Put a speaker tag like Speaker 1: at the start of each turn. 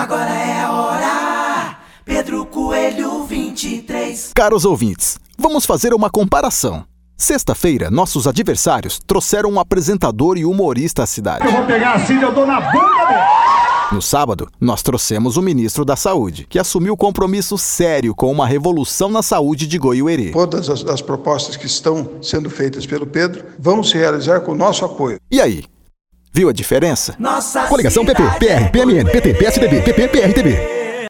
Speaker 1: Agora é a hora! Pedro Coelho 23.
Speaker 2: Caros ouvintes, vamos fazer uma comparação. Sexta-feira, nossos adversários trouxeram um apresentador e humorista à cidade.
Speaker 3: Eu vou pegar a Cida, eu dou na bunda dele.
Speaker 2: No sábado, nós trouxemos o ministro da Saúde, que assumiu compromisso sério com uma revolução na saúde de Goiuerê.
Speaker 4: Todas as, as propostas que estão sendo feitas pelo Pedro vão se realizar com o nosso apoio.
Speaker 2: E aí? Viu a diferença?
Speaker 1: Nossa
Speaker 5: Coligação PP,
Speaker 1: cidade é
Speaker 5: PR, PMN, PT, PSDB, PP, PRTB.